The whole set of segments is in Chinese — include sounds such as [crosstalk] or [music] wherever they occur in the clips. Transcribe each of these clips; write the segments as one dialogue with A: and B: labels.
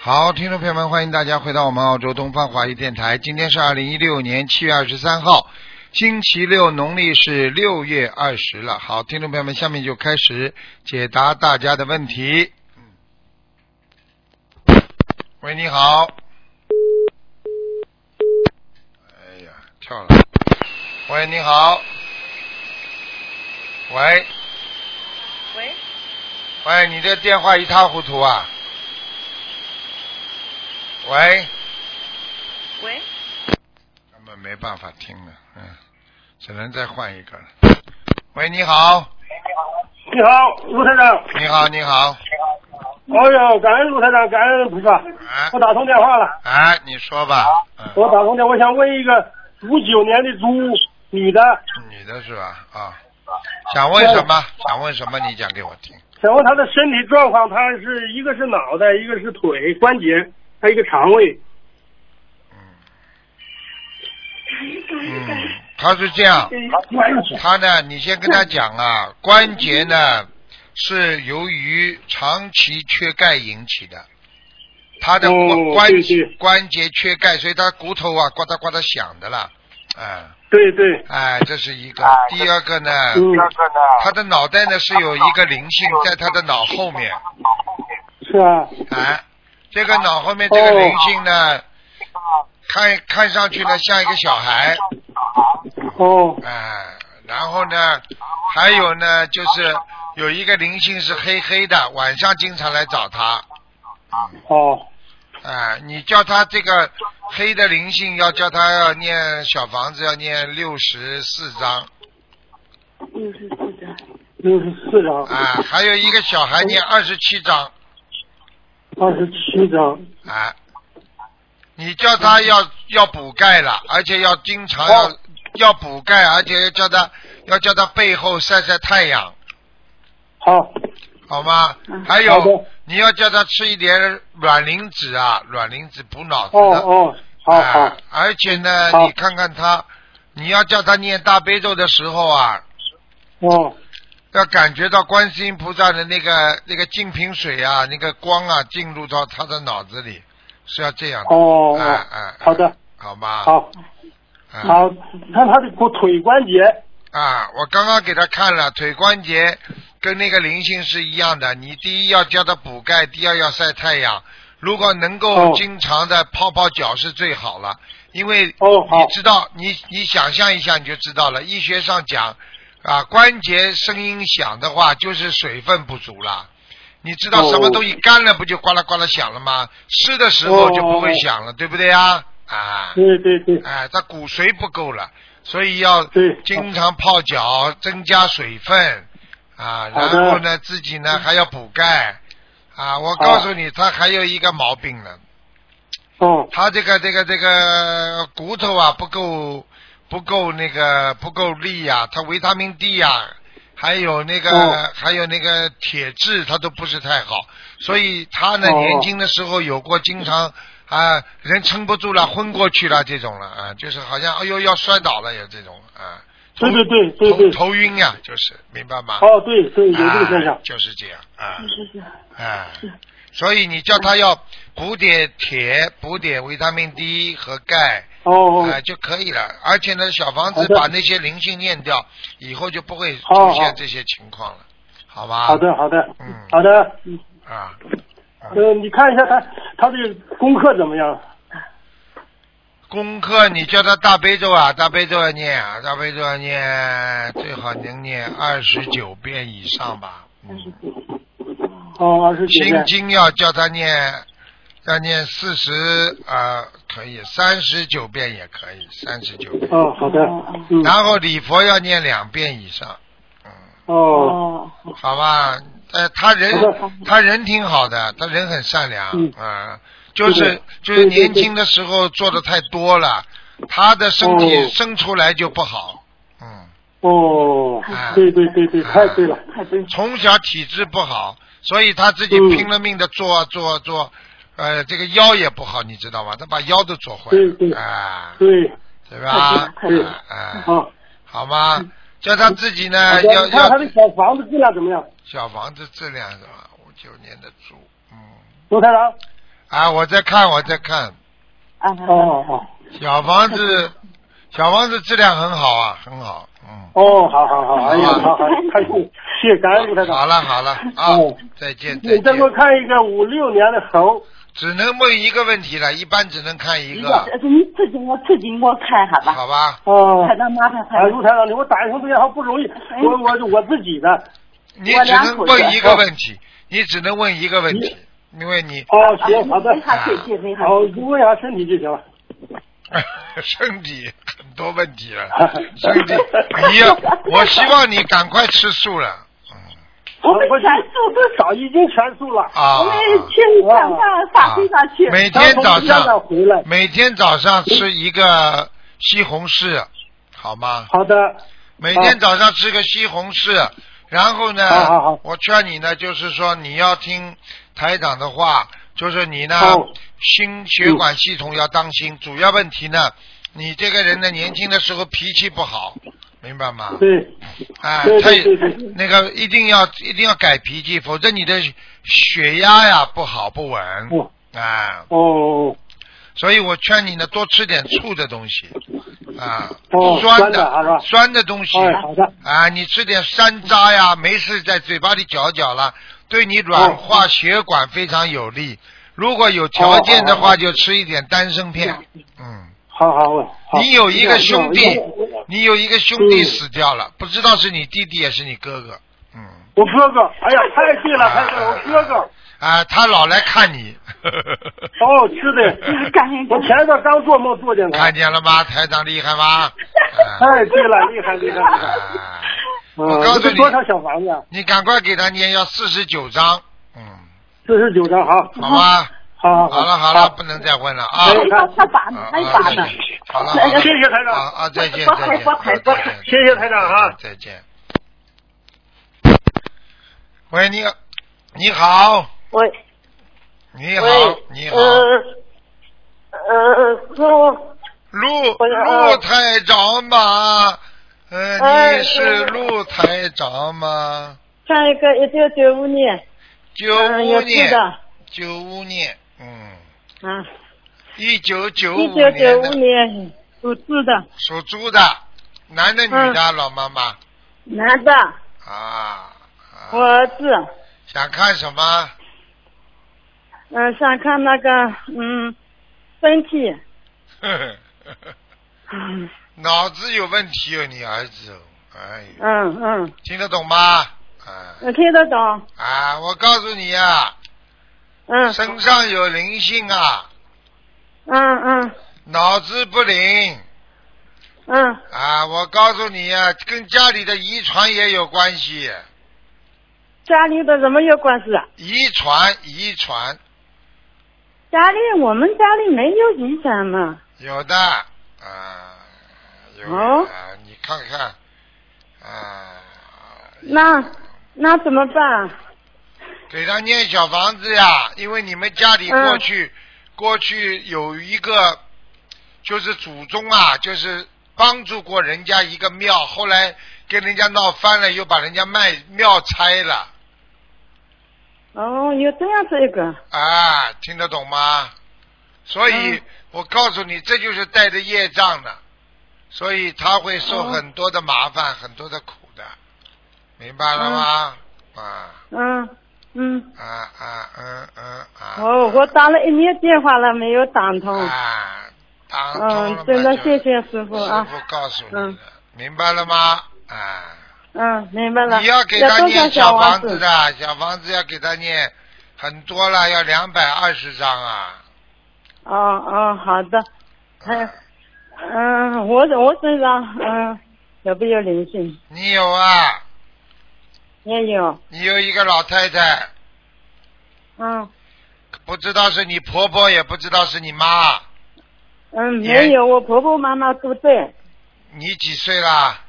A: 好，听众朋友们，欢迎大家回到我们澳洲东方华语电台。今天是二零一六年七月二十三号，星期六，农历是六月二十了。好，听众朋友们，下面就开始解答大家的问题。喂，你好。哎呀，跳了。喂，你好。喂，
B: 喂，
A: 喂，你这电话一塌糊涂啊。喂。
B: 喂，
A: 根本没办法听了，嗯，只能再换一个了。喂，你好，
C: 你好，卢台长。
A: 你好，你好，
C: 哎呀，感恩卢台长，感恩菩萨。
A: 哎
C: 我打通电话了，
A: 哎，你说吧，嗯，
C: 我打通电话，我想问一个五九年的猪女的，
A: 女的是吧？啊，想问什么？想问什么？你讲给我听。
C: 想问她的身体状况，她是一个是脑袋，一个是腿关节，还有一个肠胃。
A: 嗯，他是这样，他呢，你先跟他讲啊，关节呢是由于长期缺钙引起的，他的关、
C: 哦
A: 关
C: 对
A: 节
C: 对
A: 关节缺钙，所以他骨头啊呱嗒呱嗒响的啦，嗯。
C: 对对，
A: 哎，这是一个。第二个呢，
C: 嗯，
A: 他的脑袋呢是有一个灵性在他的脑后面，
C: 是啊，
A: 哎，这个脑后面这个灵性呢，哦看看上去呢像一个小孩，
C: 哦，
A: 哎，然后呢，还有呢就是有一个灵性是黑黑的，晚上经常来找他，
C: 哦，
A: 哎，你叫他这个黑的灵性要叫他要念小房子要念六十四章，
B: 六
D: 嗯
B: 十四张，
C: 六十四张，
A: 啊，还有一个小孩念二十七章。
C: 二十七张，
A: 啊，你叫他要要补钙了，而且要经常要、
C: 嗯哦
A: 要补钙，而且要叫他要叫他背后晒晒太阳，
C: 好，哎
A: 好吗？
B: 嗯
A: 还
C: 好
A: 有
C: 的
A: 你要叫他吃一点卵磷脂啊，卵磷脂补脑子
C: 哦
A: 的。
C: 哦，好
A: 啊
C: 好，嗯
A: 而且呢，
C: 好
A: 你看看他，你要叫他念大悲咒的时候啊，
C: 哦，
A: 要感觉到观世音菩萨的那个那个净瓶水啊，那个光啊，进入到他的脑子里，是要这样的。
C: 哦
A: 哎哎哎
C: 好的，
A: 好吗？
C: 好，
A: 啊，
C: 好，看她的骨腿关节，
A: 啊，我刚刚给他看了，腿关节跟那个灵性是一样的。你第一要教他补钙，第二要晒太阳。如果能够
C: 哦
A: 经常的泡泡脚是最好了，因为
C: 哦，好
A: 你，知道，你你想象一下你就知道了。医学上讲，啊，关节声音响的话，就是水分不足了。你知道
C: 哦
A: 什么东西干了不就呱啦呱啦响了吗？湿的时
C: 哦
A: 候就不会响了，对不对啊？啊，
C: 对对对，
A: 哎，它骨髓不够了，所以要
C: 对
A: 经常泡脚，增加水分啊。
C: 好
A: 然
C: 的
A: 后呢，自己呢还要补钙啊。我告诉你，他还有一个毛病呢，
C: 哦，
A: 他这个这个这个骨头啊不够不够那个不够力呀、他维他命 D 呀、还有那个、
C: 哦
A: 还有那个铁质，他都不是太好，所以他呢、
C: 哦
A: 年轻的时候有过经常啊人撑不住了昏过去了这种了啊，就是好像哎呦要摔倒了有这种啊，头
C: 对对对对对，
A: 头头晕呀、就是明白吗？
C: 哦，对对，有这个现
A: 啊
C: 象。
A: 就是这样啊。
B: 六十四张，
A: 哎，所以你叫他要补点铁，补点维他命 D 和钙，
C: 哦哦
A: 哎、就可以了。而且呢，小房
C: 好
A: 子
C: 的
A: 把那些灵性念掉，以后就不会
C: 好
A: 出现
C: 好
A: 这些情况了，好吧？
C: 好，的好的
A: 嗯
C: 好的，
A: 啊，
C: 呃，你看一下他他这个功课怎么样？
A: 功课你叫他大悲咒啊，大悲咒要念啊，大悲咒要念，最好能念二十九遍以上吧。嗯，
C: 哦，二十九
A: 心
C: 遍，
A: 经要叫他念，要念四十啊，可以三十九遍也可以，三十九遍。
C: 哦，好的
B: 哦哦，
C: 嗯，
A: 然后礼佛要念两遍以上，
C: 哦，
B: 哦，
A: 好吧？呃，他人
C: 好的
A: 他人挺好的，他人很善良啊、
C: 嗯
A: 就是就
C: 对
A: 是
C: 对对
A: 年轻的时候做的太多了，他的身体
C: 哦
A: 生出来就不好，嗯，
C: 哦
A: 啊，
C: 对对对对，太对了，
B: 太对了，
A: 从小体质不好，所以他自己
C: 嗯
A: 拼了命的做做做，呃，这个腰也不好，你知道吗？他把腰都做坏
C: 对对
A: 了，啊，
C: 对，
A: 对吧？
B: 太对
C: 了
A: 啊，啊
C: 啊，
A: 好吗？叫他自己
C: 好
A: 呢，
C: 的，
A: 哎要
C: 你看
A: 要
C: 他的小房子质量怎么样？
A: 小房子质量是吧？五九年的猪，嗯，
C: 罗台长，
A: 啊，我在看，我在看。
D: 啊，
C: 哦哦
A: 小房子，小房子质量很好啊，很好。嗯，
C: 哦，好好好，哎呀，好好，太谢谢感恩台
A: 好
C: 长。
A: 了好了啊
C: 哦，
A: 再见再
C: 你再给我
A: 见。
C: 看一个五六年的猴，
A: 只能问一个问题了，一般只能看一个，
D: 呃你自己给我自己给我看好吧？
A: 好吧？
C: 哦，
D: 台长麻烦台
C: 哎，
D: 长
C: 卢台长，你给我打一通对象好不容易，我我我自己的，
A: 你
D: 我
A: 只
D: 两
A: 能
D: 口
A: 问
D: 子
A: 一个问题，你只能问一个问题，因为你
C: [laughs] 哦，
D: 啊
C: 行，好的，哦
D: 没啥事情，没啥
C: 好，
D: 事
C: 你
D: 情。
C: 问一下身体就行了。
A: 身体很多问题了， [laughs] 身
C: [laughs]
A: 体你要，我希望你赶快吃素了
D: 我啊们全素都
C: 早已经全素了。
A: 啊
D: 我！们去上上法会上去。
A: 每天早
C: 刚从香港
A: 上，
C: 回来。
A: 每天早上吃一个西红柿，好吗？
C: 好的，
A: 每天早上吃个西红柿，然后呢
C: 好好好，
A: 我劝你呢，就是说你要听台长的话，就是你呢
C: 哦，
A: 心血管系统要当心。主要问题呢，你这个人呢，年轻的时候脾气不好，明白吗？
C: 对，
A: 哎，
C: 对
A: 他
C: 对
A: 也
C: 对对
A: 那个一定要一定要改脾气，否则你的血压呀不好不稳。
C: 哦
A: 啊，
C: 哦
A: 所以我劝你呢，多吃点醋的东西，啊，
C: 哦
A: 酸
C: 酸的啊是吧
A: 酸的东西，
C: 哎好的
A: 啊，你吃点山楂呀，没事在嘴巴里嚼嚼啦，对你软化血管非常有利。如果有条件的话，就吃一点丹参片。嗯，
C: 好好我。好
A: 你有一个兄弟
C: 我我，
A: 你有一个兄弟
C: 嗯
A: 死掉了，不知道是你弟弟也是你哥哥。嗯，
C: 我哥哥，哎呀，太对了，太对了，我哥哥，
A: 啊，他老来看你。
C: 哦，是的，
D: 感恩
C: 我前一段刚做梦做见他
A: [laughs] 看，见了吗？台长厉害吗？啊
C: 太对了，厉害厉害厉害。
A: 啊
C: 嗯
A: 我告诉
C: 这
A: 你，
C: 多少小房子啊？
A: 你赶快给他念，要四十九章。嗯，
C: 四十九张，好，
A: 好吧，
C: 好，
A: 好了好了，不能再问了啊
C: 哎。
D: 哎他他打呢
A: 啊，
D: 他打呢
A: 啊。好了好了，
C: 谢谢台长
A: 啊啊，再见
D: 拨
A: 再
D: 开
A: 见
D: 拨开
A: 啊
D: 拨
A: 再见，
C: 谢谢台长啊
A: 再见。喂，你你好，
E: 喂，
A: 你好
E: 喂，
A: 你好，
E: 呃，呃，师傅，
A: 陆
E: 我
A: 陆台长吗？呃，
E: 呃哎
A: 你是
E: 呃
A: 陆台长吗？
E: 看一个一九九五年，
A: 九
E: 嗯，
A: 五
E: 有事
A: 年，
E: 的，
A: 九五年，嗯，
E: 啊，
A: 一九九
E: 一
A: 五
E: 九九五
A: 的，
E: 年属猪的，
A: 属猪的，男的女
E: 嗯
A: 的，老妈妈
E: 男的，
A: 啊，啊
E: 我儿子，
A: 想看什
E: [laughs]
A: 么？
E: 嗯、想看那个，嗯，身体，
A: 呵呵
E: 嗯
A: 脑子有问题哦，你儿子哦，哎呦，
E: 嗯
A: 听得懂吗？啊
E: 嗯，听得懂，
A: 啊，我告诉你啊，
E: 嗯
A: 身上有灵性啊，
E: 嗯嗯
A: 脑子不灵
E: 嗯，
A: 啊，我告诉你啊，跟家里的遗传也有关系，
E: 家里的什么有关系啊？
A: 遗传遗传
E: 家里我们家里没有遗产嘛，
A: 有的，啊，有
E: 哦
A: 的，啊你看看，啊，
E: 那那怎么办啊？
A: 给他念小房子呀，因为你们家里
E: 嗯
A: 过去、过去有一个就是祖宗啊，就是帮助过人家一个庙，后来跟人家闹翻了，又把人家卖庙拆了，
E: 哦，有这样子一个，
A: 啊，听得懂吗？所以、
E: 嗯
A: 我告诉你，这就是带着业障的，所以他会受
E: 哦
A: 很多的麻烦，很多的苦的，明白了吗？啊
E: 嗯嗯。
A: 啊啊嗯嗯啊！
E: 哦，我打了一年电话了，没有打通。
A: 啊，打通了嘛
E: 嗯，真的
A: 就
E: 谢谢师傅啊
A: 师。傅告诉你了
E: 嗯，
A: 明白了吗？啊，
E: 嗯，明白了。
A: 你要给他
E: 多少
A: 念
E: 小
A: 房
E: 房
A: 子？的，小房子要给他念很多了，要两百二十张啊。
E: 哦哦，好的。还有
A: 啊，
E: 嗯，我我身上嗯有没有灵性？
A: 你有啊？
E: 也有。
A: 你有一个老太太，
E: 嗯
A: 不知道是你婆婆，也不知道是你妈。
E: 嗯，
A: 你
E: 没有。我婆婆妈妈都在。
A: 你几岁啦？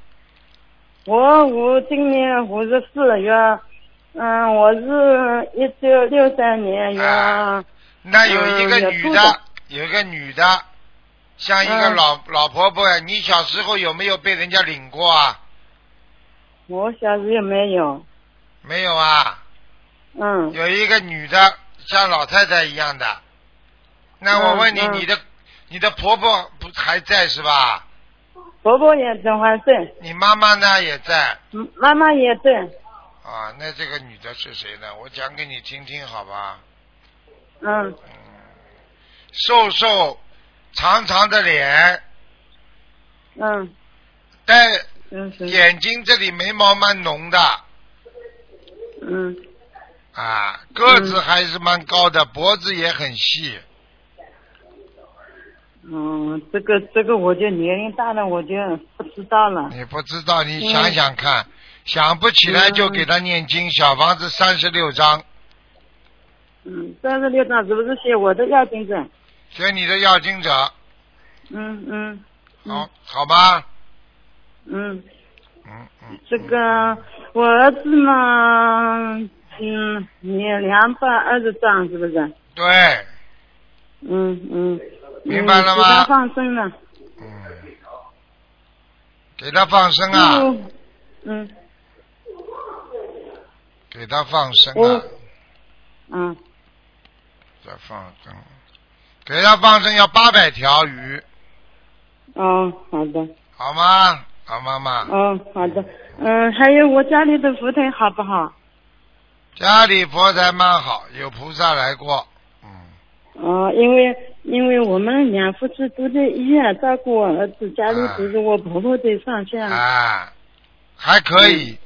E: 我我今年五十四月，嗯，我是一九六三年月。
A: 啊那有一个
E: 嗯也
A: 女
E: 住
A: 的
E: 的，
A: 有一个女的，像一个
E: 嗯
A: 老、老婆婆呀。你小时候有没有被人家领过啊？
E: 我小时候没有。
A: 没有啊。
E: 嗯
A: 有一个女的，像老太太一样的，那我问你，
E: 嗯嗯
A: 你的你的婆婆不还在是吧？
E: 婆婆也正还在，
A: 你妈妈呢也在
E: 嗯妈妈也在，
A: 啊？那这个女的是谁呢？我讲给你听听，好吧？
E: 嗯
A: 瘦瘦长长的脸，
E: 嗯
A: 但
E: 嗯是
A: 眼睛这里眉毛蛮浓的
E: 嗯
A: 啊，个子还是蛮高的，脖子也很细。
E: 嗯，这个这个我就年龄大了，我就不知道了。
A: 你不知道，你想想看，
E: 嗯
A: 想不起来就给她念经，小房子三十六章，
E: 嗯，三十六张是不是写我的要精者？
A: 写你的要经者，
E: 嗯嗯
A: 好好吧？
E: 嗯，
A: 嗯嗯，
E: 这个我儿子嘛，嗯，念两百二十张是不是？
A: 对，
E: 嗯嗯，
A: 明白了吗
E: 嗯给他放生了。
A: 嗯，给她放生啊，
E: 嗯嗯
A: 给她放生啊
E: 我，嗯
A: 再放生，给她放生要八百条鱼，
E: 哦，好的，
A: 好吗？好妈妈。
E: 哦好的，嗯，还有我家里的福腾好不好？
A: 家里佛台蛮好，有菩萨来过。嗯，
E: 哦，因为因为我们两夫妻都在医院照顾我儿子，家里只是我婆婆在上线。
A: 啊，还可以，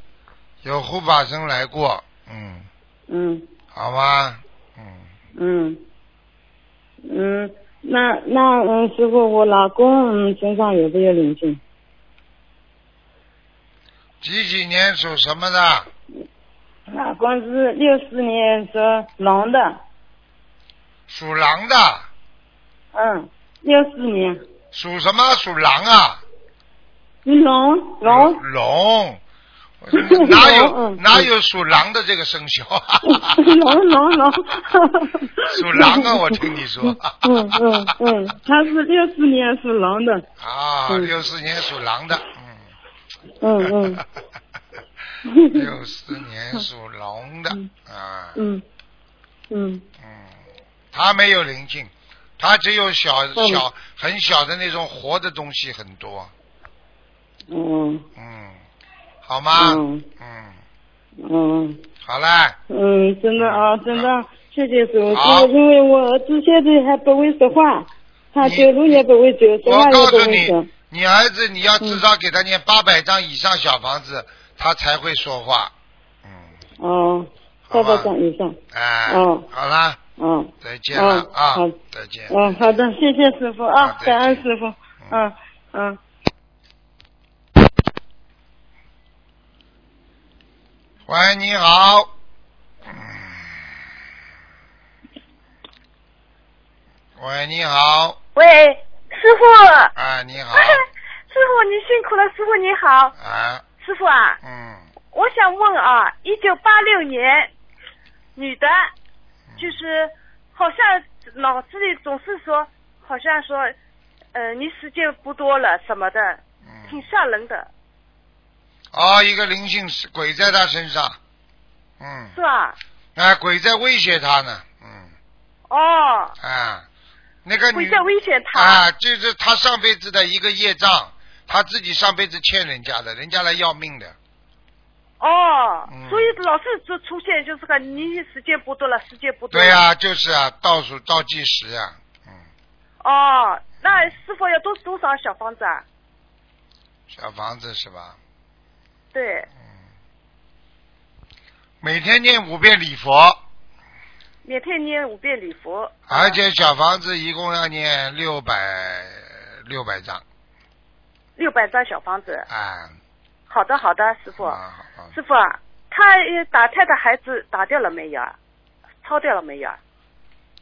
A: 有护法神来过。嗯，
E: 嗯
A: 好吗？嗯，
E: 嗯嗯，那那嗯，师傅，我老公嗯身上有没有灵性？
A: 几几年属什么的？
E: 老公是六四年属龙的，
A: 属狼的，
E: 嗯，六四年
A: 属什么？属狼啊？
E: 属龙龙。 [laughs]
A: 龙。哪有
E: 龙嗯
A: 哪有属狼的这个生
E: [laughs]
A: 肖？
E: 龙龙龙，
A: 属狼啊！我听你说。
E: [laughs] 嗯嗯嗯，他是六四年属龙的，
A: [laughs] 啊，
E: 嗯
A: 六四年属狼的。嗯。
E: 嗯嗯
A: [laughs] 六四年属龙的
E: 嗯
A: 啊，
E: 嗯嗯
A: 嗯，他没有灵性，他只有小
E: 嗯
A: 小很小的那种活的东西很多，
E: 嗯
A: 嗯，好吗？
E: 嗯
A: 嗯，
E: 嗯
A: 好啦，
E: 嗯，真的啊，真的，谢谢师傅，
A: 好
E: 师傅，因为我儿子现在还不会说话，他走路也不会走，说
A: 我
E: 话
A: 告
E: 也不
A: 诉
E: 会说
A: 你。，你儿子你要至少给他念八百张以上小房子，他才会说话，嗯，
E: 哦，
A: 好
E: 八
A: 吧
E: 百张以上，
A: 哎，
E: 哦
A: 好啦，
E: 嗯
A: 再见了
E: 嗯
A: 啊
E: 好，
A: 再见，
E: 嗯，好的，谢谢师傅啊
A: 好，再见
E: 感恩师傅，嗯嗯。
A: 喂，你好。喂，你好，
F: 喂，师傅，
A: 哎，你好，
F: [laughs] 师傅您辛苦了，师傅你 [laughs] 好，
A: 哎，
F: 师傅啊，
A: 嗯，
F: 我想问啊，一九八六年，女的，
A: 嗯
F: 就是好像脑子里总是说，好像说，呃，你时间不多了什么的，挺
A: 嗯，
F: 吓人的，
A: 哦，一个灵性是鬼在他身上，嗯，
F: 是吧？
A: 哎，鬼在威胁他呢，嗯，
F: 哦，
A: 啊，那个
F: 会
A: 女
F: 在危险他。
A: 啊，就是他上辈子的一个业障，他自己上辈子欠人家的，人家来要命的，
F: 哦，
A: 嗯
F: 所以老是就出现就是个你时间不多了，时间不多。
A: 对、呀、就是啊，倒数倒计时啊，嗯，
F: 哦，那师傅要多多少小房子啊？
A: 小房子是吧？
F: 对，
A: 每天念五遍礼佛，
F: 每天念五遍礼佛。
A: 而且小房子一共要念六百六百张，
F: 六百张小房子。
A: 啊，
F: 好的，好的，师傅。
A: 啊，好
F: 师傅啊，他呃打胎的孩子打掉了没有啊？超掉了没有啊？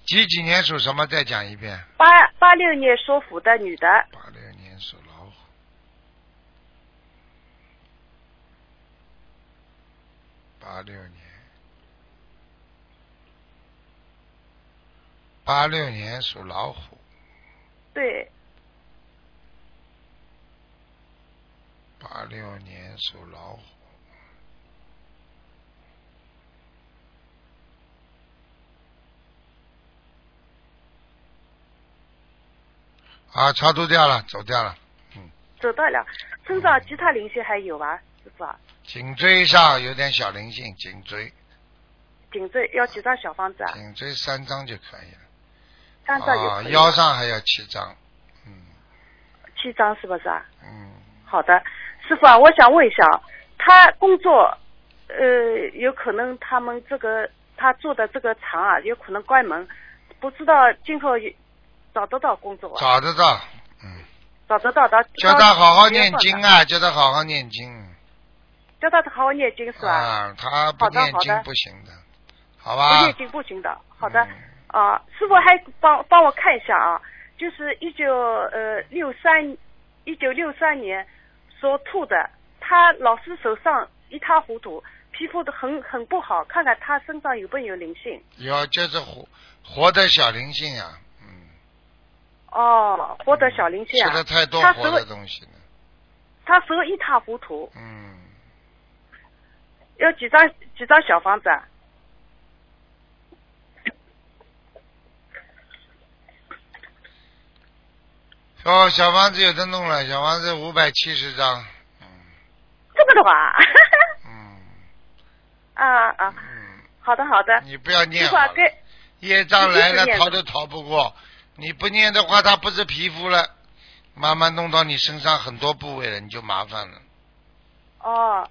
A: 几几年属什么？再讲一遍。
F: 八八六年属虎的女的，
A: 八六年属老虎。八六年，八六年属老虎，
F: 对，
A: 八六年属老虎。啊，超度掉了，走掉了。
F: 走到了，身上其他灵性还有吧，师傅啊？
A: 颈椎上有点小灵性，颈椎，
F: 颈椎要几张小方子啊？
A: 颈椎三张就可以了。
F: 三张就
A: 啊，
F: 可以了
A: 腰上还要七张。嗯
F: 七张是不是啊？
A: 嗯，
F: 好的，师傅啊，我想问一下啊，他工作，呃，有可能他们这个他做的这个厂啊，有可能关门，不知道今后有找得到工作啊？
A: 找得到。嗯，
F: 找得到的。
A: 叫他好好念
F: 找
A: 经
F: 得到！
A: 啊，叫他好好念经。
F: 叫他好好念经是吧？
A: 啊，他不
F: 好的
A: 念
F: 好
A: 经
F: 的
A: 不行的，好
F: 不
A: 吧
F: 念？经不行的。好的
A: 嗯，
F: 啊，师傅还帮帮我看一下啊，就是一九呃六三一九六三年所吐的，他老是手上一塌糊涂，皮肤都很很不好，看看他身上有没有灵性。
A: 有就是活活的小灵性啊，嗯，
F: 哦，活的小灵性
A: 吃
F: 啊
A: 了，太多
F: 他
A: 活
F: 手
A: 的东西了，
F: 他手一塌糊涂，
A: 嗯，
F: 要几张几张小房子啊？
A: 哦，小房子有的弄了，小房子五百七十张，
F: 这么多啊？ [laughs]
A: 嗯
F: 啊啊，
A: 嗯，
F: 好的好的，
A: 你不要念
F: 师
A: 好
F: 傅啊
A: 了，
F: 给
A: 业障来了
F: 你一直念
A: 逃都逃不过，你不念的话，它不是皮肤了，慢慢弄到你身上很多部位了，你就麻烦了，
F: 哦，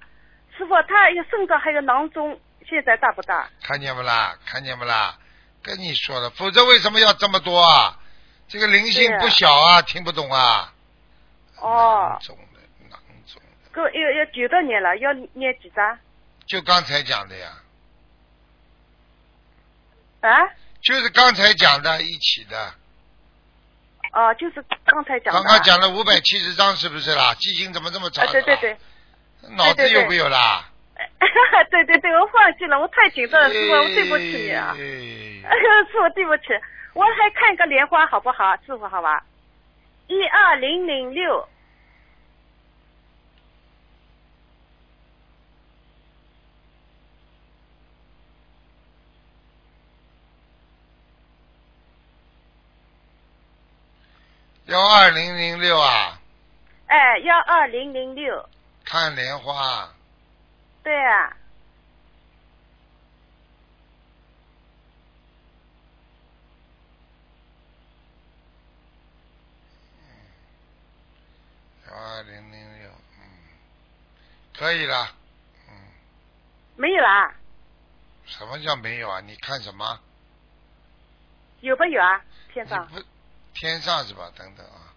F: 师傅，他有肾脏还有囊中，现在大不大？
A: 看见不啦？看见不啦？跟你说了，否则为什么要这么多啊？这个灵性
F: 对啊
A: 不小啊，听不懂啊？
F: 哦
A: 囊，肿的囊肿，
F: 够要要九多年了，要念几张？
A: 就刚才讲的呀，
F: 啊？
A: 就是刚才讲的一起的，
F: 哦，就是刚才讲的
A: 刚
F: 啊。
A: 刚讲了五百七十张是不是啦？记性怎么这么差、
F: 啊，对对 [laughs] 对，，
A: 脑子
F: 对对对
A: 有没有啦？
F: 对对对，我忘记了，我太紧张了，师傅，我对不起你啊，
A: 哎
F: [laughs] 师傅对不起，我还看个莲花好不好，师傅好吧？一二零零六，
A: 幺二零零六啊，
F: 哎，幺二零零六，
A: 看莲花，
F: 对啊，
A: 幺二零零六，嗯，可以了，嗯，
F: 没有啊？
A: 什么叫没有啊？你看什么？
F: 有没有啊？天
A: 你
F: 上
A: 不天上是吧？等等啊，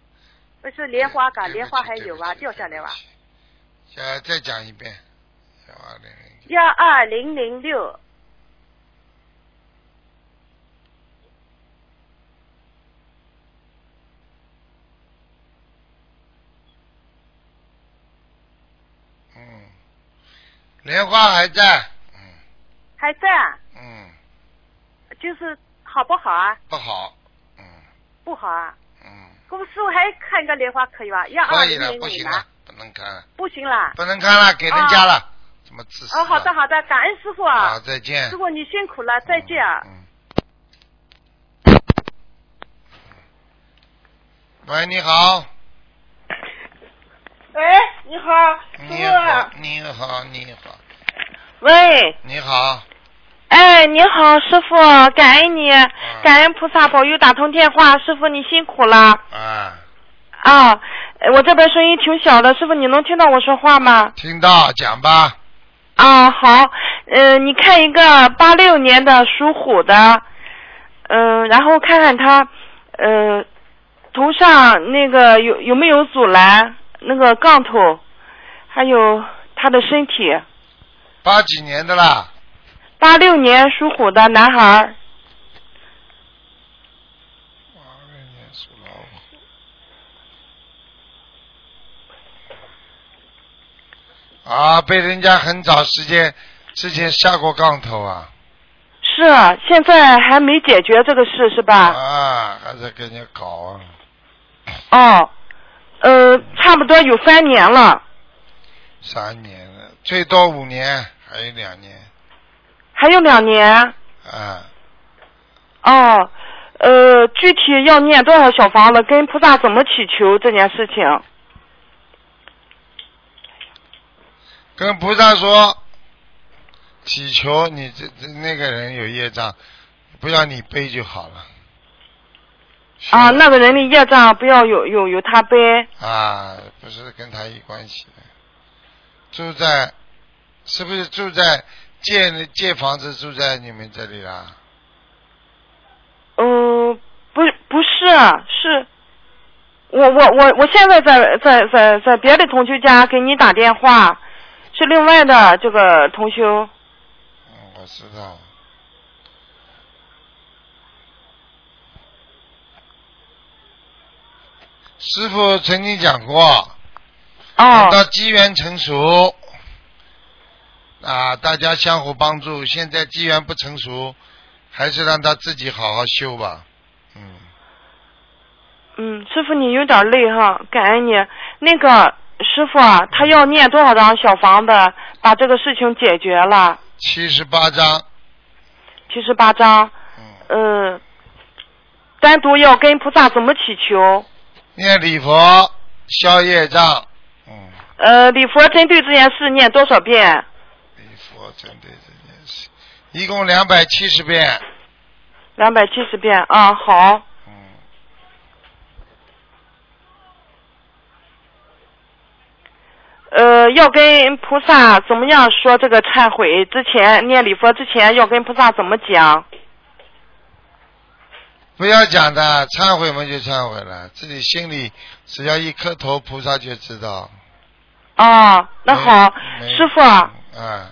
F: 不是莲花嘎，
A: 对不起
F: 莲花还有啊，
A: 对
F: 掉
A: 不起
F: 下来哇。
A: 对不起呃，再讲一遍，幺二零零
F: 幺二零零六，
A: 嗯，莲花还在，嗯
F: 还在啊？
A: 嗯，
F: 就是好不好啊？
A: 不好，嗯
F: 不好啊？
A: 嗯，
F: 我们师傅还看一个莲花可以吧？幺
A: 可
F: 二
A: 以
F: 零
A: 了，
F: 零
A: 不行
F: 零
A: 了
F: 啊，，
A: 不能看了，
F: 不行啦！
A: 不能看了，给人家了，怎么自私？啊
F: 哦，好的，好的，感恩师傅
A: 好，
F: 啊！
A: 再见
F: 师。傅你辛苦了，再见啊！
A: 嗯。喂，你好。
E: 喂，你好，师
A: 哎你好
E: 傅。，
A: 你好，你好，
E: 喂，
A: 你好，
E: 哎，你好，师傅，感恩你，感恩菩萨保佑打通电话，师傅你辛苦了
A: 啊，
E: 啊！呃我这边声音挺小的，师傅你能听到我说话吗？
A: 听到，讲吧。
E: 啊，好，呃，你看一个八六年的属虎的，嗯、然后看看他，呃，头上那个有有没有阻拦，那个杠头，还有他的身体。
A: 八几年的啦，
E: 八六年属虎的男孩儿。
A: 八六年属老虎。啊，被人家很早时间之前下过杠头啊，
E: 是，啊，现在还没解决这个事是吧？
A: 啊，还在跟人家搞啊，
E: 哦，呃，差不多有三年了，
A: 三年了，最多五年，还有两年，
E: 还有两年。
A: 啊，
E: 哦，呃，具体要念多少小房子，跟菩萨怎么祈求这件事情？
A: 跟菩萨说，祈求你这这那个人有业障，不要你背就好了。
E: 啊，
A: 嗯
E: 那个人的业障不要有有有他背。
A: 啊，不是跟他有关系的，住在是不是住在借借房子住在你们这里啦？
E: 嗯，不不是，是我我我我现在在在在在别的同学家给你打电话，是另外的这个同修。
A: 嗯，我知道。师傅曾经讲过，
E: 哦
A: 等到机缘成熟，啊，大家相互帮助。现在机缘不成熟，还是让他自己好好修吧。嗯，
E: 嗯，师傅你有点累哈，感恩你。那个师傅啊，他要念多少张小房子，把这个事情解决了？
A: 七十八章，
E: 七十八张。嗯。单独要跟菩萨怎么祈求？
A: 念礼佛，消业障。嗯
E: 呃，礼佛针对这件事念多少遍？
A: 礼佛针对这件事，一共两百七十遍。
E: 两百七十遍啊，好。
A: 嗯
E: 呃，要跟菩萨怎么样说这个忏悔？之前念礼佛之前要跟菩萨怎么讲？
A: 不要讲的，忏悔嘛就忏悔了，自己心里只要一磕头，菩萨就知道。
E: 啊，那好，
A: 嗯没
E: 师傅啊，
A: 啊，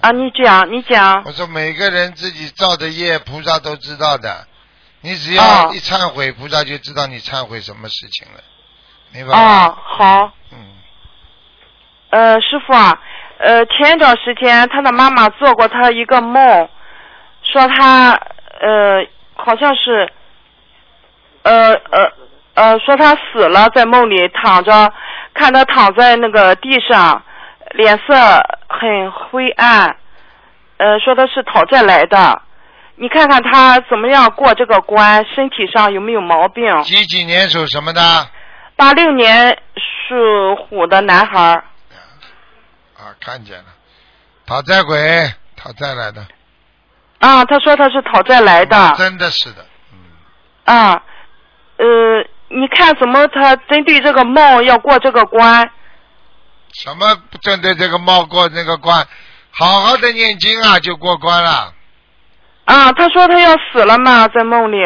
E: 啊你讲，你讲。
A: 我说每个人自己造的业，菩萨都知道的。你只
E: 啊
A: 要一忏悔，菩萨就知道你忏悔什么事情了，明白吗？
E: 啊，好。嗯。呃，师傅啊，呃，前一段时间他的妈妈做过他一个梦，说他呃好像是，呃呃呃，说他死了，在梦里躺着，看他躺在那个地上，脸色很灰暗，呃，说他是讨债来的。你看看他怎么样过这个关，身体上有没有毛病？
A: 几几年属什么的？啊
E: 八六年属虎的男孩儿，
A: 啊，看见了，讨债鬼，讨债来的，
E: 啊，他说他是讨债来的，
A: 真的是的。
E: 啊，呃，你看怎么他针对这个梦要过这个关？
A: 什么针对这个冒过那个关，好好的念经啊，就过关了。
E: 啊，他说他要死了嘛，在梦里。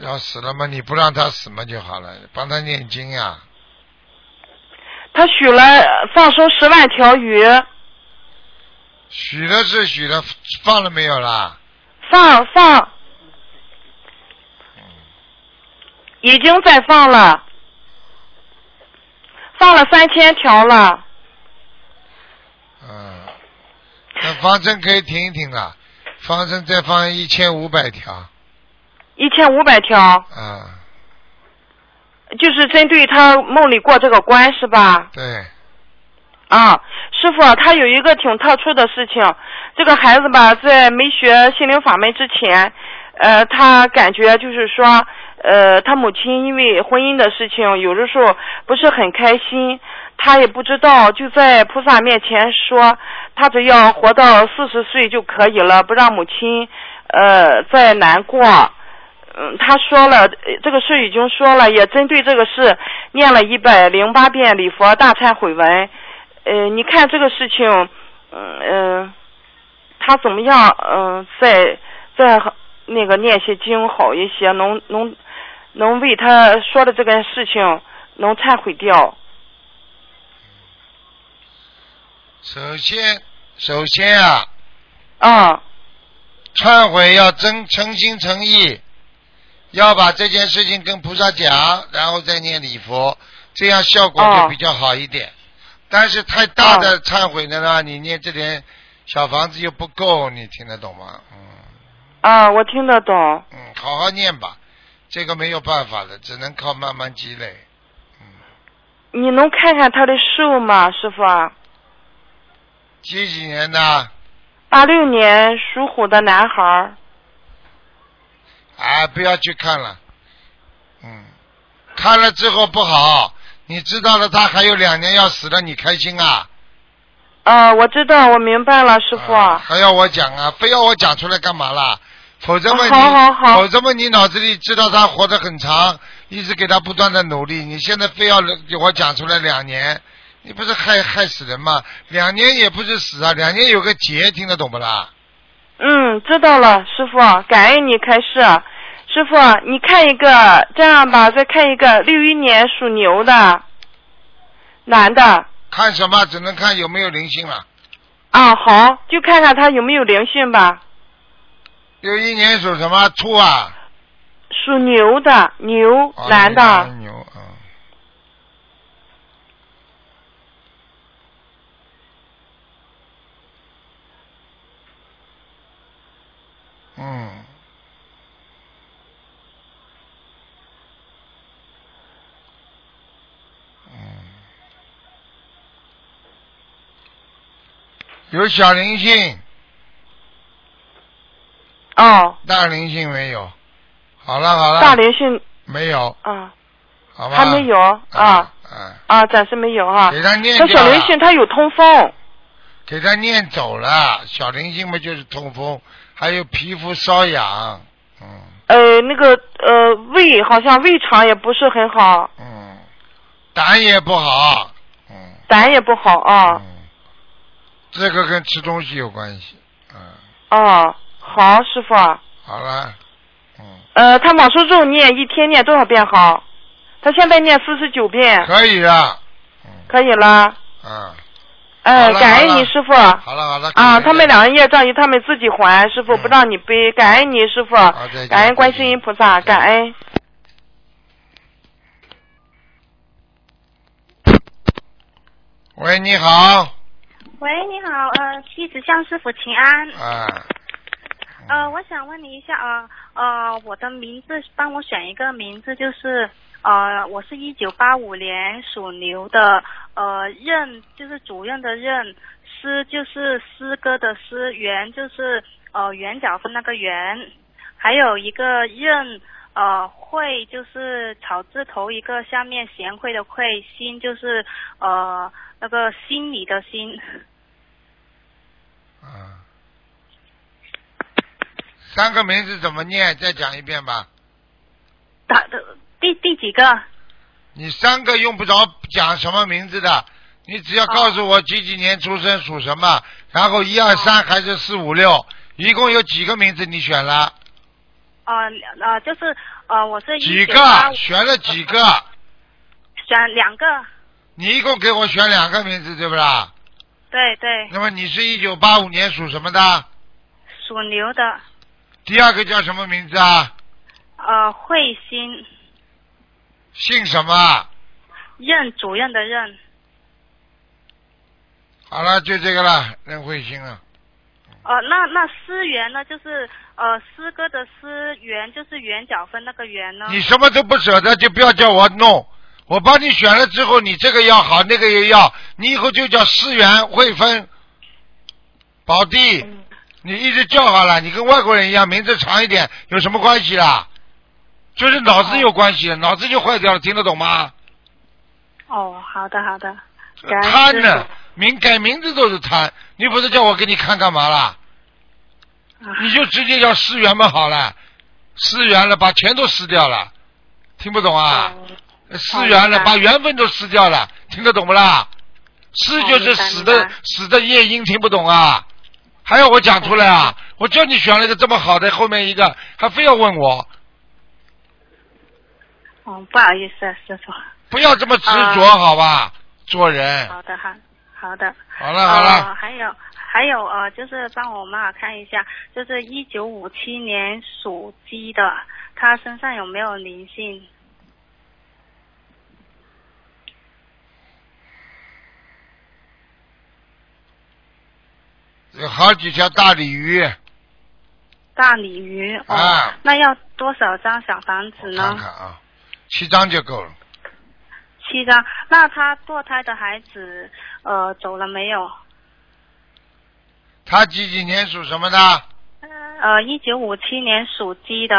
A: 要死了嘛，你不让他死嘛就好了，帮他念经啊呀、
E: 他许了呃放生十万条鱼，
A: 许了是许了，放了没有啦？
E: 放放，已经在放了，放了三千条了。
A: 嗯，那方针可以停一停了，方针再放一千五百条
E: 一千五百条，
A: 啊，
E: 就是针对他梦里过这个关是吧？
A: 对，
E: 啊，师傅啊，他有一个挺特殊的事情，这个孩子吧，在没学心灵法门之前，呃，他感觉就是说，呃，他母亲因为婚姻的事情，有的时候不是很开心，他也不知道，就在菩萨面前说，他只要活到四十岁就可以了，不让母亲，呃，再难过。嗯，他说了，呃这个事已经说了，也针对这个事念了一百零八遍礼佛大忏悔文，呃，你看这个事情，嗯呃，他怎么样？嗯、在在那个念些经好一些，能能能为他说的这件事情能忏悔掉。
A: 首先首先啊，
E: 啊，
A: 忏悔要真诚心诚意，要把这件事情跟菩萨讲，然后再念礼佛，这样效果就比较好一点。但是太大的忏悔的话，你念这点小房子又不够，你听得懂吗？嗯
E: 啊，我听得懂。
A: 嗯，好好念吧，这个没有办法的，只能靠慢慢积累。
E: 你能看看他的寿吗，师傅啊？
A: 几几年的？
E: 八六年属虎的男孩儿，
A: 哎，不要去看了，嗯，看了之后不好，你知道了他还有两年要死了，你开心啊？
E: 呃，我知道，我明白了，师傅。
A: 啊还要我讲啊？非要我讲出来干嘛啦？否则嘛你，
E: 好好好
A: 否则嘛你脑子里知道他活得很长，一直给他不断的努力，你现在非要我讲出来两年，你不是害害死人吗？两年也不是死啊，两年有个结，听得懂不啦？
E: 嗯，知道了，师傅，啊感恩你开示。啊师傅，你看一个，这样吧，再看一个六一年属牛的男的
A: 看什么？只能看有没有灵性了。
E: 啊，好，就看看他有没有灵性吧。
A: 六一年属什么？兔啊？
E: 属牛的牛
A: 哦
E: 男的，
A: 牛啊。嗯嗯，嗯，有小灵性，
E: 哦，
A: 大灵性没有。好了好了，
E: 大灵性
A: 没有，
E: 啊，
A: 好吧？
E: 还没有啊
A: 啊啊！
E: 啊，暂时没有哈、
A: 给他念
E: 那小
A: 掉
E: 灵
A: 了
E: 性他有通风，
A: 给他念走了，小灵性嘛就是痛风，还有皮肤瘙痒，嗯
E: 呃，那个呃胃好像胃肠也不是很好，
A: 嗯，胆也不好，嗯
E: 胆也不好啊。
A: 嗯，这个跟吃东西有关系，嗯，
E: 哦，好，师傅。啊
A: 好了，嗯，
E: 呃，他往生咒念一天念多少遍好？他现在念四十九遍，
A: 可以啊，嗯
E: 可以了。
A: 啊，
E: 哎、
A: 好了
E: 感
A: 好
E: 恩
A: 了
E: 你师傅。
A: 好了好了，
E: 啊，
A: 可以
E: 他
A: 了
E: 们两个业障由他们自己还，师傅
A: 嗯
E: 不让你背，感恩你师傅
A: 好再见，
E: 感恩观
A: 再
E: 世
A: 见
E: 音菩萨，感恩。
A: 喂，你好，
G: 喂，你好，呃，弟子向师傅请安。
A: 啊，
G: 呃，我想问你一下啊，呃，我的名字帮我选一个名字，就是呃，我是一九八五年属牛的，呃，任就是主任的任，诗就是诗歌的诗，圆就是呃圆角分那个圆，还有一个任。呃，会就是草字头一个，下面贤惠的惠，心就是呃那个心里的心。 [laughs]
A: 啊，三个名字怎么念？再讲一遍吧。
G: 打的第第几个？
A: 你三个用不着讲什么名字的，你只要告诉我几几年出生属什么，然后一二
G: 哦
A: 三还是四五六，一共有几个名字你选了？
G: 呃呃，就是呃，我是
A: 几
G: 1985
A: 个？选了几个？
G: 选两个，
A: 你一共给我选两个名字，对不啦？
G: 对对，
A: 那么你是一九八五年属什么的？
G: 属牛的，
A: 第二个叫什么名字啊？
G: 呃，慧心
A: 姓什么啊？
G: 任主任的任，
A: 好了，就这个了，任慧欣了。
G: 呃，那那思源呢，就是呃诗歌的诗，圆就是圆角分那个圆呢，
A: 你什么都不舍得，就不要叫我弄。我帮你选了之后，你这个要好，那个也要，你以后就叫思源、慧芬、宝弟，你一直叫好了。你跟外国人一样，名字长一点有什么关系啦？就是脑子有关系，脑子就坏掉了，听得懂吗？
G: 哦，好的好的，
A: 呃
G: 感恩
A: 贪
G: 师
A: 呢，名改名字都是贪。你不是叫我给你看干嘛啦？
G: 啊
A: 你就直接叫思源嘛好了，思源了，把钱都撕掉了，听不懂啊？思源了，
G: 明白
A: 把缘分都撕掉了，听得懂不啦？撕就是死
G: 明白
A: 的
G: 明白
A: 死的夜莺，听不懂啊？还要我讲出来啊？
G: 嗯
A: 我叫你选了一个这么好的，后面一个还非要问我，
G: 哦，不好意思啊，师傅，
A: 不要这么执着，
G: 啊
A: 好吧？做人，
G: 好的好，好的，
A: 哎好了好了
G: 呃，，还有还有呃，就是帮我妈妈看一下，就是一九五七年属鸡的，她身上有没有灵性？
A: 有好几条大鲤鱼，
G: 大鲤鱼哦，
A: 啊
G: 那要多少张小房子
A: 我
G: 呢
A: 看？看啊，七张就够了。
G: 七张。那她堕胎的孩子呃走了没有？
A: 他几几年属什么的？
G: 呃，一九五七年属鸡的，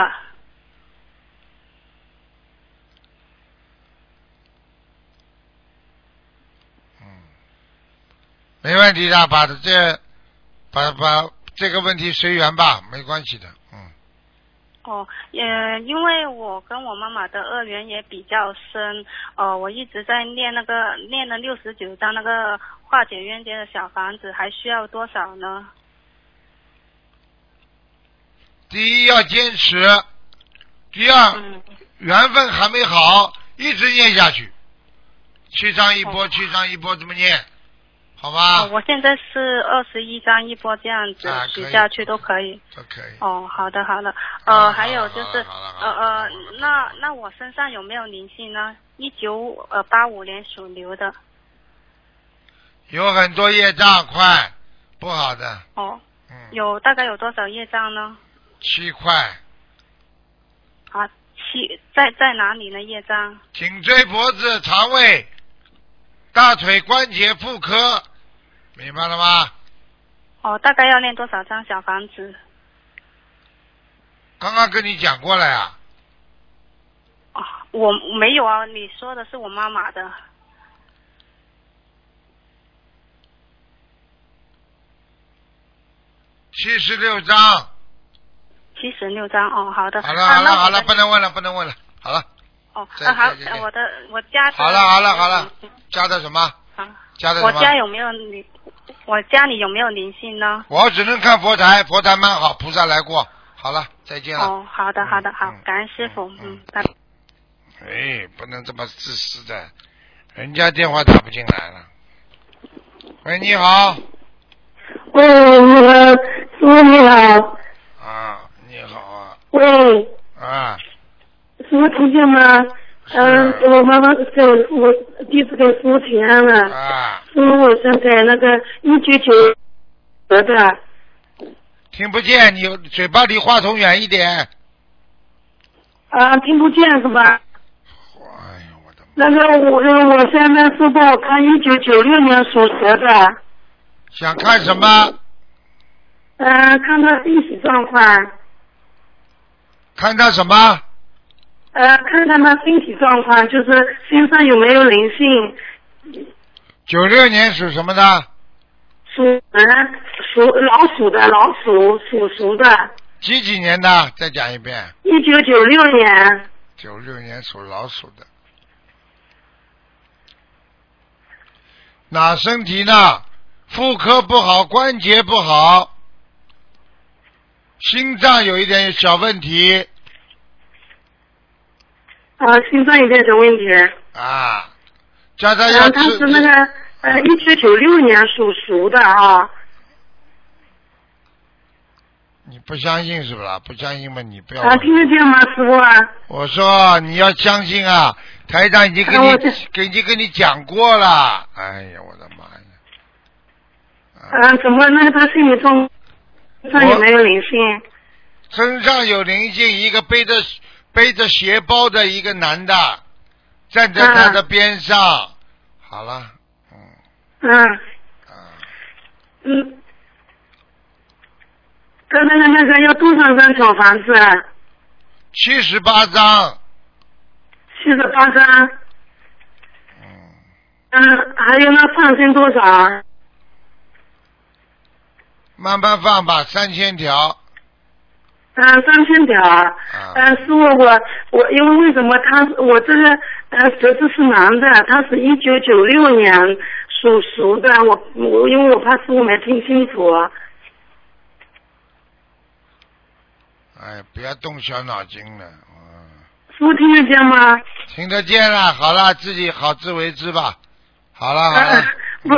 A: 没问题的，把这把把这个问题随缘吧，没关系的，嗯。
G: 哦，呃，因为我跟我妈妈的恶缘也比较深，呃，我一直在念那个念了六十九章那个化解冤结的小房子，还需要多少呢？
A: 第一要坚持，第二、
G: 嗯
A: 缘分还没好，一直念下去，七张一波，七张一波这么念，好吧
G: 哦，？我现在是二十一张一波这样子
A: 啊，
G: 许
A: 可以
G: 下去都可以。
A: 都可以。
G: 哦，好的好的，
A: 好
G: 呃，
A: 了
G: 还有
A: 好
G: 就
A: 了
G: 是，
A: 好了好
G: 呃
A: 了
G: 呃，那那我身上有没有灵性呢？一九呃八五年属牛的，
A: 有很多业障，快不好的，
G: 哦，
A: 嗯，
G: 有大概有多少业障呢？
A: 七块，
G: 啊，七在在哪里呢？业障？
A: 颈椎、脖子、肠胃、大腿关节、妇科，明白了吗？
G: 哦，大概要练多少张小房子？
A: 刚刚跟你讲过了呀，
G: 哦我没有啊，你说的是我妈妈的。
A: 七十六张。
G: 七十六张哦，好的。
A: 好了
G: 啊
A: 好了
G: 那我
A: 好了，
G: 的
A: 不能问了不能问了，好了
G: 哦，
A: 再
G: 啊好
A: 见再，见
G: 我的我家
A: [laughs]
G: 的
A: 好了好了好了，加的什么？
G: 啊
A: 加的
G: 我
A: 什么？
G: 家有没有灵？我家里有没有灵性呢？
A: 我只能看佛台，佛台蛮好，菩萨来过。好了，再见了。
G: 哦，好的好的好
A: 嗯，
G: 感恩师傅，嗯，拜拜。
A: 哎，不能这么自私的，人家电话打不进来了。喂，你好，
D: 喂，呃师傅你好，
A: 啊，你好啊，
D: 喂，
A: 啊，
D: 师傅听见吗？嗯、
A: 是
D: 我妈妈给我弟子给师傅请安了。
A: 啊，
D: 师傅，我想在那个一九九得的，
A: 听不见，你嘴巴离话筒远一点。
D: 啊，听不见是吧？
A: 哎呀，我的，
D: 那个我呃我现在是帮我看一九九六年属蛇的，
A: 想看什么？
D: 嗯、看他历史状况，
A: 看他什么？
D: 呃，看看他身体状况，就是身上有没有灵性，
A: 九六年属什么的？
D: 属蛇，属老鼠的，老鼠属鼠的，
A: 几几年的？再讲一遍。
D: 一九九六年。
A: 九六年属老鼠的。哪身体呢？妇科不好，关节不好，心脏有一点小问题
D: 啊，心脏有点小问题。
A: 啊，叫他
D: 然
A: 要
D: 后他
A: 吃
D: 啊是那个呃，一九九六年属鼠的啊。
A: 你不相信是不啦？不相信嘛，你不要
D: 啊，
A: 问。
D: 听得见吗，师傅啊？
A: 我说你要相信啊，台长已经跟
D: 啊我
A: 你
D: 知
A: 给已经跟你讲过了。哎呀，我的妈呀！
D: 啊，怎么那个他心理状上有没有灵性？
A: 身上有灵性，一个背着背着斜包的一个男的，站在他的边上。好了，
D: 嗯
A: 啊，
D: 嗯。他那个那个要多少张小房子？啊
A: 七十八张，
D: 七十八张。
A: 嗯，
D: 嗯，还有那放生多少？啊
A: 慢慢放吧，三千条。
D: 嗯，三千条。
A: 啊，
D: 嗯，师傅，我我因为为什么他我这个呃侄子是男的，他是一九九六年属鼠的，我我因为我怕师傅没听清楚。
A: 哎，不要动小脑筋了，嗯，
D: 师傅听得见吗？
A: 听得见了。好了，自己好自为之吧。好了好
D: 呃
A: 了，
D: 不，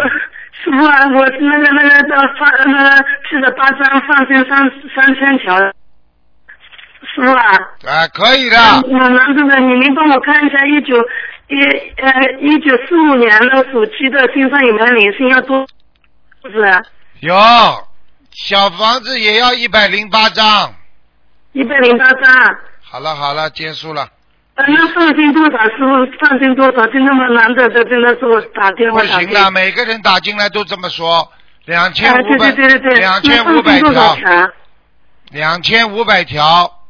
D: 师傅啊，我是那个那个的放那个七十八张放生三三千条，师傅啊，
A: 哎，可以的，
D: 我们这个你们帮我看一下一九一呃一九四五年的属鸡的身上有没有灵性，要多是不是？
A: 有小房子也要一百零八张。
D: 一百零八张。
A: 好了好了，结束了。
D: 呃，那放心多少师傅放心多少？真的吗？男的，这真的是我打电话
A: 不
D: 打
A: 行
D: 进
A: 的，每个人打进来都这么说，两千
D: 啊，
A: 五
D: 对
A: 百
D: 对对对，对，
A: 两
D: 那
A: 千五
D: 放
A: 百
D: 心多少
A: 条，
D: 条？
A: 两千五百条。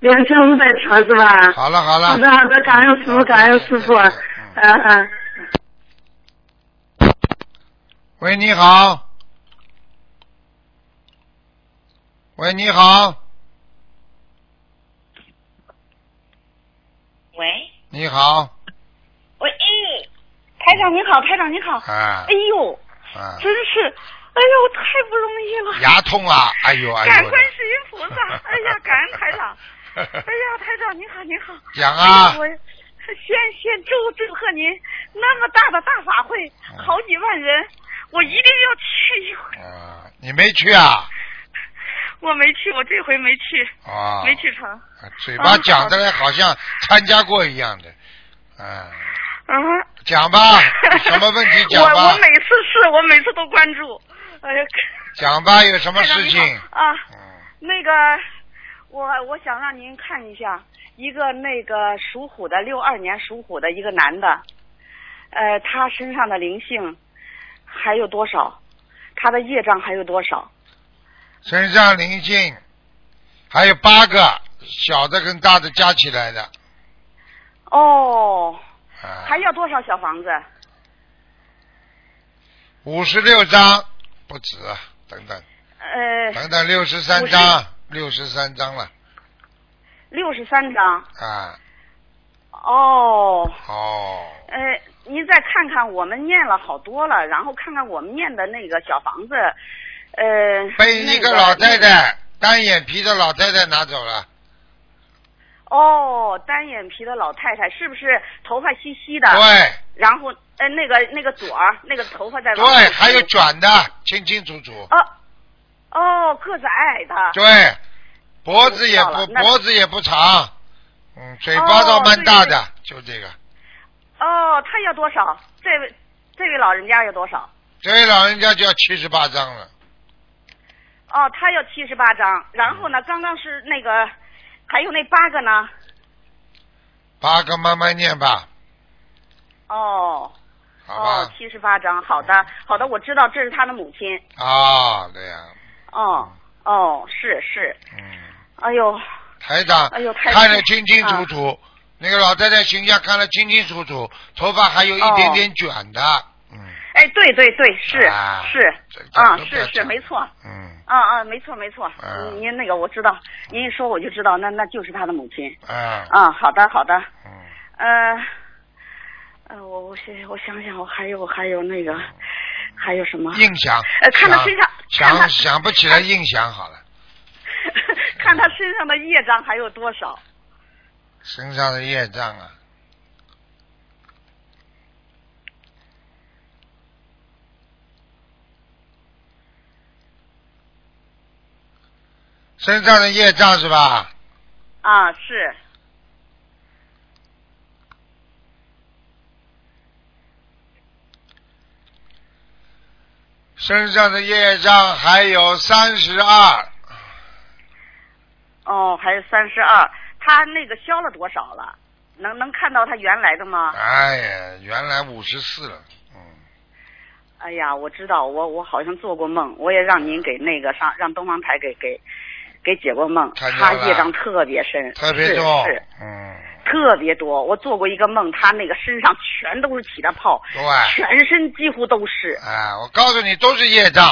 D: 两千五百条是吧？
A: 好了嗯好
D: 好
A: 了
D: 的，好的，感恩师
A: 好
D: 傅，感恩啊
A: 再
D: 师
A: 见
D: 傅，
A: 再
D: 嗯
A: 见嗯
D: 嗯。
A: 喂，你好。喂，你好，
F: 喂
A: 你好，
F: 喂，哎，台长您好，台长您好，
A: 啊
F: 哎呦，
A: 啊，
F: 真是，哎呀，我太不容易了，
A: 牙痛啊，哎呦哎
F: 感
A: 呦
F: 观，世音菩
A: [laughs]
F: 萨，哎呀，感恩台长，哎呀，台长您好，您好，
A: 讲啊
F: 哎呀我先先祝祝贺您那么大的大法会，
A: 嗯
F: 好几万人，我一定要去一回，
A: 你没去啊？
F: 我没去，我这回没去，
A: 啊，
F: 没去成，
A: 嘴巴讲的
F: 嗯
A: 嘞，
F: 好
A: 好像参加过一样的，嗯，
F: 嗯。
A: 讲吧，什么问题讲
F: [laughs] 我我
A: 吧，
F: 每次是我每次都关注，哎呀，
A: 讲吧，有什么
F: 台长
A: 事
F: 您
A: 情？嗯
F: 好啊？那个，我我想让您看一下一个那个属虎的六二年属虎的一个男的，呃，他身上的灵性还有多少？他的业障还有多少？
A: 身上灵性，还有八个小的跟大的加起来的，
F: 哦，
A: 啊，
F: 还要多少小房子？
A: 五十六张不止，啊等等
F: 呃，
A: 等等，六十三张，六十三张了
F: 六十三张。
A: 啊，
F: 哦，
A: 哦，
F: 呃，您再看看我们念了好多了，然后看看我们念的那个小房子，呃，
A: 被一
F: 那
A: 个
F: 个
A: 老太太单眼皮的老太太拿走了，
F: 哦，单眼皮的老太太是不是头发稀稀的？
A: 对。
F: 然后，呃，那个那个朵儿，那个头发在往
A: 对，
F: 后
A: 还有
F: 梳
A: 转的，清清楚楚，
F: 哦，个子矮的。
A: 对，脖子也
F: 我知道
A: 不
F: 了那
A: 脖子也不长，嗯，嘴巴倒蛮大的，就这个。
F: 哦，他要多少？这位这位老人家要多少？
A: 这位老人家就要七十八张了，
F: 哦，他要七十八张。然后呢，刚刚是那个，还有那八个呢。
A: 八个慢慢念吧，
F: 哦。
A: 好
F: 哦
A: 吧，？
F: 七十八张，好的，好的，我知道这是他的母亲。
A: 啊，对呀、
F: 哦，
A: 嗯
F: 哦，是是。哎呦，
A: 台长，
F: 哎呦太啊
A: 看得清清楚楚，那个老太太形象看得清清楚楚，头发还有一点点卷的，嗯
F: 哎，对对对，哦是
A: 啊
F: 是
A: 这这
F: 啊，
A: 都不
F: 是
A: 要
F: 是，没错。
A: 嗯，
F: 啊啊，没错没错
A: 嗯，
F: 您您那个我知道，您一说我就知道，那那就是他的母亲。
A: 啊，
F: 啊，好的好的。嗯。呃，呃，我我想我想想，我还有还有那个，还有什么？
A: 印象。
F: 呃，看他
A: 想
F: 身上，看他
A: 想想不起来印象好了，
F: [laughs] 看他身上的业障还有多少？
A: 身上的业障啊，身上的业障是吧？
F: 啊，是。
A: 身上的业障还有三十二，
F: 哦，还有三十二，他那个消了多少了？能能看到他原来的吗？
A: 哎呀，原来五十四了，嗯
F: 哎呀，我知道，我我好像做过梦，我也让您给那个上让东方台给给给解过梦，
A: 看见
F: 他
A: 了吧
F: 业障特别深，
A: 特别
F: 是
A: 重，
F: 是
A: 嗯，
F: 特别多。我做过一个梦，他那个身上全都是起的泡，
A: 对，
F: 全身几乎都是。
A: 啊，我告诉你，都是业障，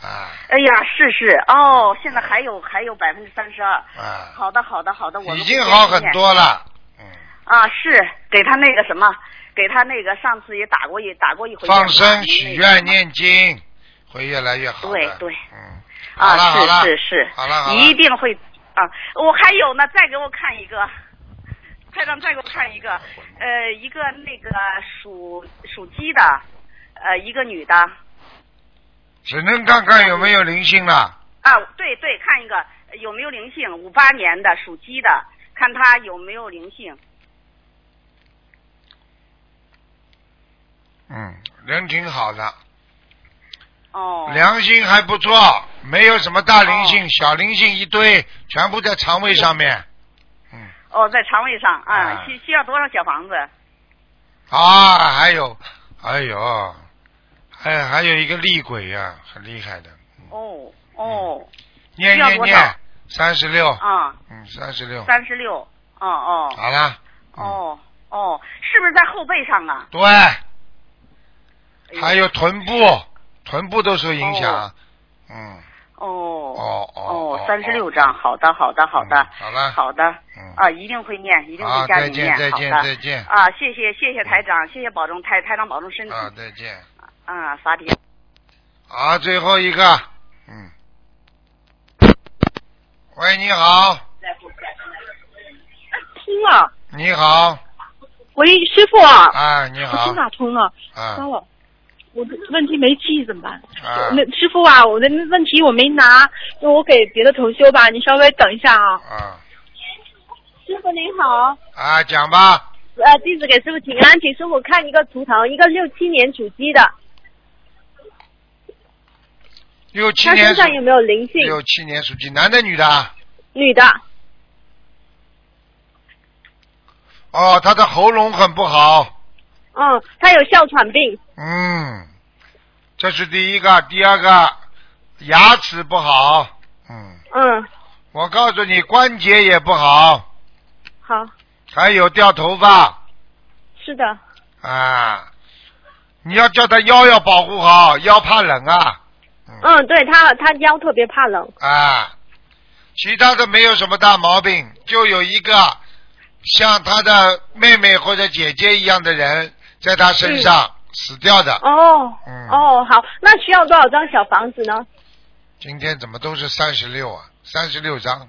A: 啊
F: 哎呀，是是哦，现在还有还有百分之三十二。
A: 啊，
F: 好的好的好的，我
A: 已经好很多了。嗯
F: 啊，是给他那个什么，给他那个上次也打过一打过一回电话。
A: 放生、许
F: 那个
A: 愿、念经，会越来越好的。
F: 对对，
A: 嗯，好了好
F: 啊，
A: 了，
F: 是是是，
A: 好了好了，
F: 一定会啊！我还有呢，再给我看一个，台长再给我看一个，呃，一个那个属属鸡的，呃，一个女的
A: 只能看看有没有灵性了。
F: 啊，对对，看一个有没有灵性，五八年的属鸡的，看她有没有灵性。
A: 嗯，人挺好的，
F: 哦，
A: 良心还不错，没有什么大灵性，小灵性一堆，全部在肠胃上面。
F: 哦，在肠胃上
A: 啊
F: 啊，需需要多少小房子？
A: 啊，还有，哎呦，还还有一个厉鬼呀、很厉害的，
F: 哦哦
A: 念
F: 需要
A: 念
F: 多
A: 念
F: 少，
A: 三十六，
F: 啊，
A: 嗯，三十六，
F: 三十六，哦哦
A: 好了，嗯
F: 哦啊哦，是不是在后背上啊？
A: 对，还有臀部，臀部都受影响。嗯，
F: 哦
A: 哦嗯
F: 哦，三十六章，好的好的好的，
A: 好了，嗯
F: 好的，啊，一定会念，一定
A: 好
F: 会加
A: 再
F: 紧
A: 见
F: 念，
A: 再
F: 好
A: 见
F: 的，
A: 再见
F: 啊，谢谢谢谢台长，谢谢保重台台长保重身体，
A: 啊，嗯再见。
F: 啊，法体。
A: 好，最后一个，嗯。喂，你好，
G: 啊
E: 通了。
A: 你好，
E: 喂，师傅啊，
A: 哎，你
E: 我
A: 好
E: 电，话通了，
A: 啊
E: 糟了，我的问题没记怎么办？
A: 啊
E: 那师傅啊，我的问题我没拿，那我给别的同修吧，你稍微等一下啊。
A: 啊
G: 师傅您好，
A: 啊，讲吧，
G: 呃，弟子给师傅请安，请师傅看一个图腾，一个六七年属鸡的，
A: 六七
G: 他
A: 年
G: 身
A: 属
G: 上有没有灵性？
A: 六七年属鸡，男的女的啊？
G: 女的，
A: 哦，他的喉咙很不好，
G: 嗯，她有哮喘病，
A: 嗯，这是第一个，第二个牙齿不好，
G: 嗯，
A: 我告诉你，关节也不好，
G: 好，
A: 还有掉头发
G: 是的，
A: 啊，你要叫他腰要保护好，腰怕冷啊
G: 嗯，对她她腰特别怕冷，
A: 啊，其他的没有什么大毛病，就有一个像他的妹妹或者姐姐一样的人在他身上死掉的，
G: 哦，
A: 嗯
G: 哦，好，那需要多少张小房子呢？
A: 今天怎么都是三十六啊，三十六张。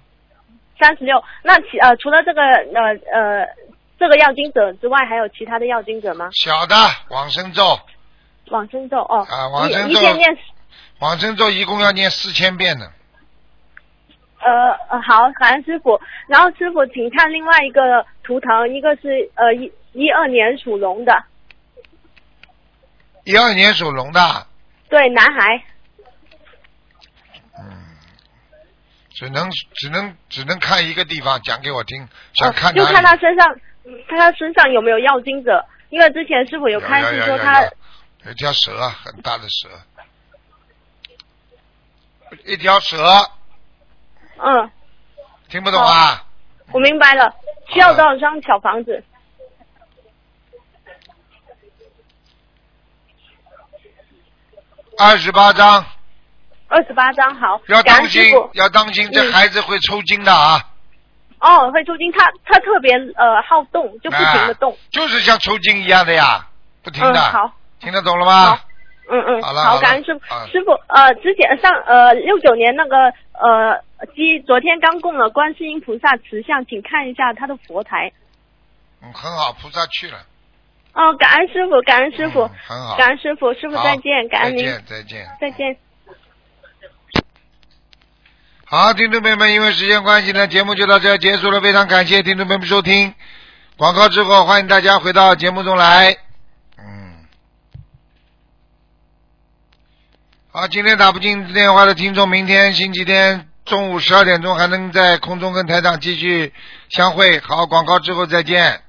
G: 三十六，那其呃除了这个呃呃这个要经者之外，还有其他的要经者吗？
A: 小的往生咒，
G: 往生咒哦，
A: 啊往生
G: 一一
A: 咒
G: 天念
A: 往生咒一共要念四千遍呢。
G: 呃，呃好，感恩师傅。然后师傅，请看另外一个图腾，一个是呃一一二年属龙的，
A: 一二年属龙的，
G: 对，男孩，
A: 只能只能只能看一个地方，讲给我听，想看
G: 就
A: 哪
G: 哦看
A: 里？
G: 他身上，看他身上有没有要经者，因为之前师傅有开
A: 有
G: 示
A: 有
G: 说
A: 有
G: 他
A: 有有一条蛇，很大的蛇，一条蛇，
G: 嗯，
A: 听不懂啊？
G: 我明白了，需要多少张小房子？哦
A: 二十八章，
G: 二十八张，好，
A: 要
G: 感
A: 当
G: 恩师
A: 心
G: 傅，。
A: 要当心，这
G: 嗯
A: 孩子会抽筋的啊！
G: 哦，会抽筋，他他特别呃好动，就不停的动。
A: 哎就是像抽筋一样的呀，不停
G: 嗯，
A: 的。
G: 好，
A: 听得懂了吗？
G: 嗯嗯，
A: 好了好
G: 好，
A: 了
G: 感恩师傅
A: 啊。
G: 师傅，呃，之前上呃六九年那个呃鸡，昨天刚供了观世音菩萨慈像，请看一下他的佛台。
A: 嗯，很好，菩萨去了，
G: 哦，感恩师傅，感恩师傅，
A: 很嗯好。
G: 感恩师傅，师傅
A: 好
G: 再见，感恩
A: 再
G: 您，
A: 见，再见。
G: 再见。
A: 好，听众朋友们，因为时间关系呢，节目就到这儿结束了。非常感谢听众朋友们收听。广告之后，欢迎大家回到节目中来。嗯，好，今天打不进电话的听众，明天星期天中午十二点钟还能在空中跟台长继续相会。好，广告之后再见。